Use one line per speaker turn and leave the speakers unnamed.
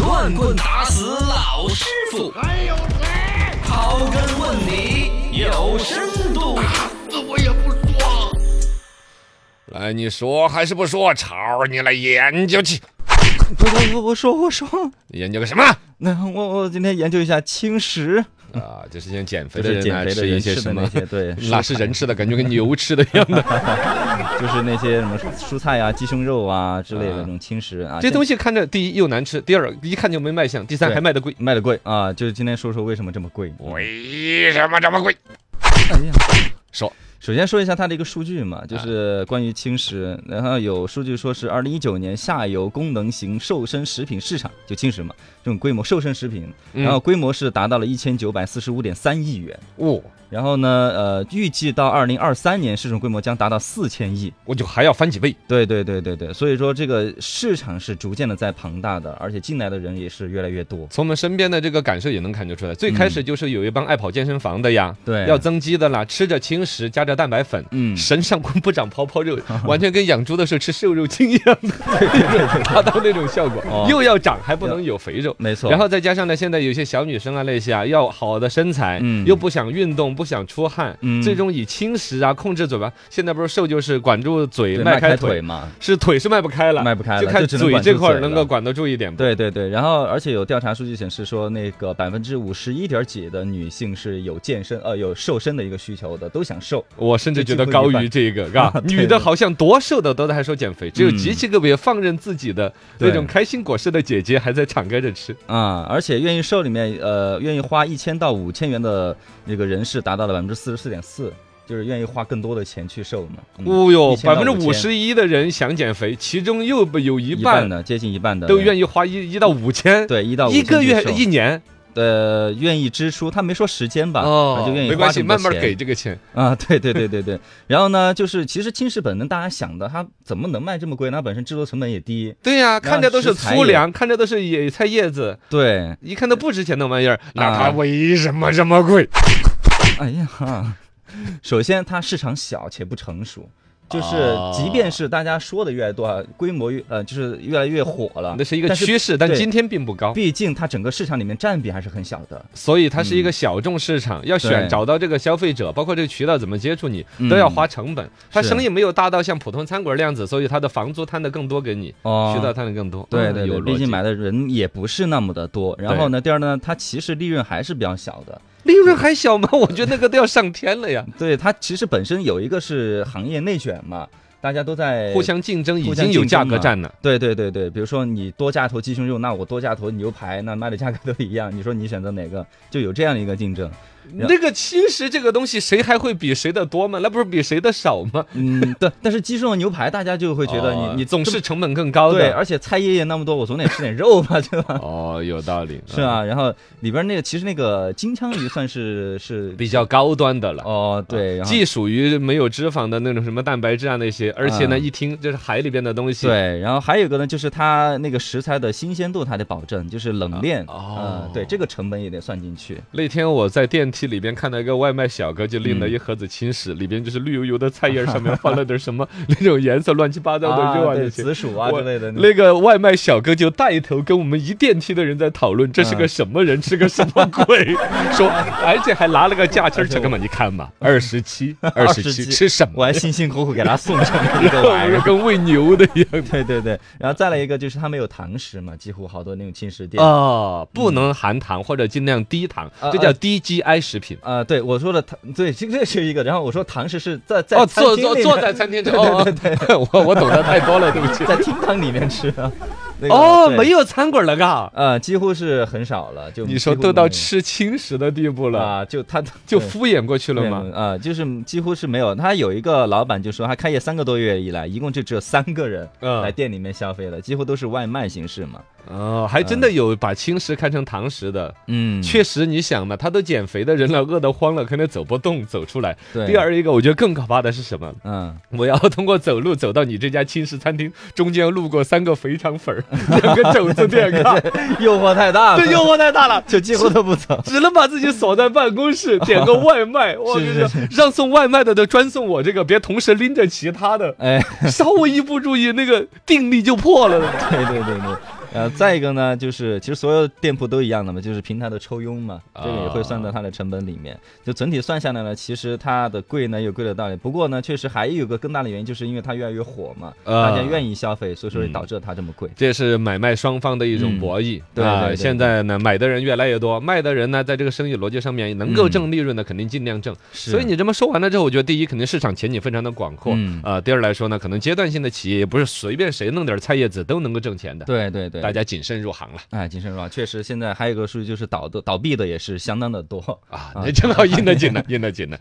乱棍打死老师傅，
还有谁？
刨根问底有深度。
那我也不说。
来，你说还是不说？吵，你来研究去，
我我我说我说，
研究个什 么？
那我我今天研究一下轻食，
啊，就是像减肥的
就是
人
减
啊，
肥的
吃一
人
些
吃的
什
那
么？
些， 对，
那是人吃的感觉跟牛吃的一样的，
就是那些什么蔬菜啊、鸡胸肉啊之类的那种轻食啊，
这东
西
西看着第一又难吃，第二一看就没卖相，第三
对
还卖的贵。
卖的贵啊，就是今天说说为什么这么贵。
为什么这么贵？
哎呀，
说
首先说一下它的一个数据嘛，就是关于轻食，然后有数据说是二零一九年下游功能型瘦身食品市场，就轻食嘛，这种规模瘦身食品，
嗯
然后规模是达到了一千九百四十五点三亿元，
哦，
然后呢，呃，预计到二零二三年市场规模将达到四千亿。
我就还要翻几倍。
对对对对对，所以说这个市场是逐渐的在庞大的，而且进来的人也是越来越多。
从我们身边的这个感受也能看得出来，最开始就是有一帮爱跑健身房的呀，
对
要增肌的啦，吃着轻食加着蛋白粉，
嗯
身上不不长泡泡 肉，完全跟养猪的时候吃瘦肉精一样的，达到那种效果
哦，
又要长还不能有肥肉。
没错，
然后再加上呢，现在有些小女生啊那些啊，要好的身材，
嗯
又不想运动，不想出汗，
嗯
最终以轻食啊控制嘴巴。现在不是瘦就是管住嘴，
对
迈
迈
开
开
腿
腿嘛，
是腿是迈不开了，
迈不开了
就看
就只能
嘴
管
这
住
块儿
嘴
能
了
够管得住一点吧。
对对对，然后而且有调查数据显示说，那个百分之五十一点几的女性是有健身呃有瘦身的一个需求的，都想瘦。
我甚至觉得
这几乎
高
一半，
于这个，嘎
对
女的好像多瘦的都在还说减肥，只有极其个别放任自己的那
对
种开心果似的姐姐还在敞开着吃。
啊、而且愿意瘦里面，呃，愿意花一千到五千元的那个人是达到了百分之四十四点四，就是愿意花更多的钱去瘦嘛。嗯，
哦哟，百
1000
分之
到
五十一的人想减肥，其中又有一
一
半
的，接近一半的
都愿
意
意花一一到五千，
对一到
一个月一
一
年
呃愿意支出，他没说时间吧，
哦
他，就愿意
没
花
关
这
系，
么多
慢慢
钱
给这个钱。
啊，对对对对对。 然后呢，就是其实轻食本身大家想的，它怎么能卖这么贵？它本身制作成本也低，
对呀，看着都是
食材
粗
也
粮，看着都是野菜叶子，
对，
一看都不值钱的玩意儿，那它
啊
为什么这么贵？
哎呀，首先它市场小且不成熟，就是
哦
即便是大家说的越来越多啊，规模越呃就是越来越火了，
那是一个
啊但
趋势，但
对
今天并不高。
毕竟它整个市场里面占比还是很小的。
所以它是一个小众市场，要选
嗯对
找到这个消费者，包括这个渠道怎么接触你，
嗯
都要花成本。它
是
生意没有大到像普通餐馆那样子，所以它的房租摊的更多给你，
哦
渠道摊的更多。
对
嗯
对对，
有逻
毕
辑
竟买的人也不是那么的多。然后呢，第二呢，它其实利润还是比较小的。
利润还小吗？ 我觉得那个都要上天了呀，
对，它其实本身有一个是行业内卷嘛，大家都在
互。相竞争已
呃互相
经有
竞
价
争
格
嘛
战了。
对对对对，比如说你多加头鸡胸肉，那我多加头牛排，那卖的价格都一样，你说你选择哪个，就有这样的一个竞争。然
那个轻食这个东西，谁还会比谁的多吗？那不是比谁的少吗？
嗯，对，但是鸡胸肉牛排大家就会觉得你、
哦
你
总
这么
是成本更高
对，
的。
而且蔡爷爷那么多，我总得吃点肉吧， 对吧？
哦，有道理。
是
嗯，
啊，然后里边那个其实那个金枪鱼算是是
比较啊高端的了。
哦对，然后
既属于没有脂肪的那种什么蛋白质啊那些，而且呢，
嗯
一听这是海里边的东西。
对，然后还有一个呢，就是它那个食材的新鲜度，它得保证，就是冷链
啊
啊、
哦
对，这个成本也得算进去。
那天我在电梯里边看到一个外卖小哥，就
嗯
拎了一盒子青食，里边就是绿油油的菜叶儿，上面放了点什么 那种颜色乱七八糟的肉
啊，
啊那
对，
些。
紫薯啊
我
之类的，
那个外卖小哥就带头跟我们一电梯的人在讨论，这是个
嗯
什么人，是个什么 鬼？说，而且还拿了个价签儿，这哥们你看嘛，二十七，二 十七，
27
吃什
我
么？
还辛辛苦苦给他送上了一个玩意
就
儿。
跟喂牛的一样。
对对对，然后再来一个就是它没有堂食嘛，几乎好多那种轻食店。
哦，不能含糖或者尽量低糖，
呃
这叫低 GI 食品。
啊、对我说的堂，对，这这是一个。然后我说堂食是在在
哦，
餐
坐
厅
坐
里
坐
面
在餐厅吃，哦，哦 我我懂得太多了，对不起。
在厅堂里面吃 啊。那个
哦，
对
没有餐馆了，嘎。
呃，几乎是很少了。就
你说
几乎
都到
没有
吃轻食的地步了，
啊、就他
就
对
敷衍过去了
对
吗？
啊、就是几乎是没有。他有一个老板就说，他开业三个多月以来，一共就只有三个人
嗯
来店里面消费了，几乎都是外卖形式嘛。
哦，还真的有把轻食看成糖食的。
嗯
确实，你想嘛，他都减肥的人了，饿得慌了，可能走不动，走出来。
对
第，二一个，我觉得更可怕的是什么？
嗯，
我要通过走路走到你这家轻食餐厅，中间要路过三个肥肠粉儿， 两个肘子点 炕，
诱惑太大了，
对，诱惑太大了。
就几乎都不走。
只能把自己锁在办公室，点个外卖。我跟
是
你
是
说，让送外卖的都专送我这个，别同时拎着其他的。
哎，
稍微一不注意，那个定力就破了。
对对对对。呃，再一个呢，就是其实所有店铺都一样的嘛，就是平台的抽佣嘛，这个也会算到它的成本里面。就整体算下来呢，其实它的贵呢有贵的道理，不过呢，确实还有个更大的原因，就是因为它越来越火嘛，
啊
大家愿意消费，所以说导致了它这么贵。
这是买卖双方的一种博弈、
嗯对
啊！
对对
现在呢，买的人越来越多，卖的人呢，在这个生意逻辑上面能够挣利润的，肯定尽量挣。
嗯是
所以你这么说完了之后，我觉得第一，肯定市场前景非常的广阔啊、
嗯
第二来说呢，可能阶段性的企业也不是随便谁弄点菜叶子都能够挣钱的，
对对对，
大家谨慎入行了
哎，谨慎说，确实现在还有一个数据就是倒的倒闭的也是相当的多。
啊！那正好印得紧呢，印得紧呢。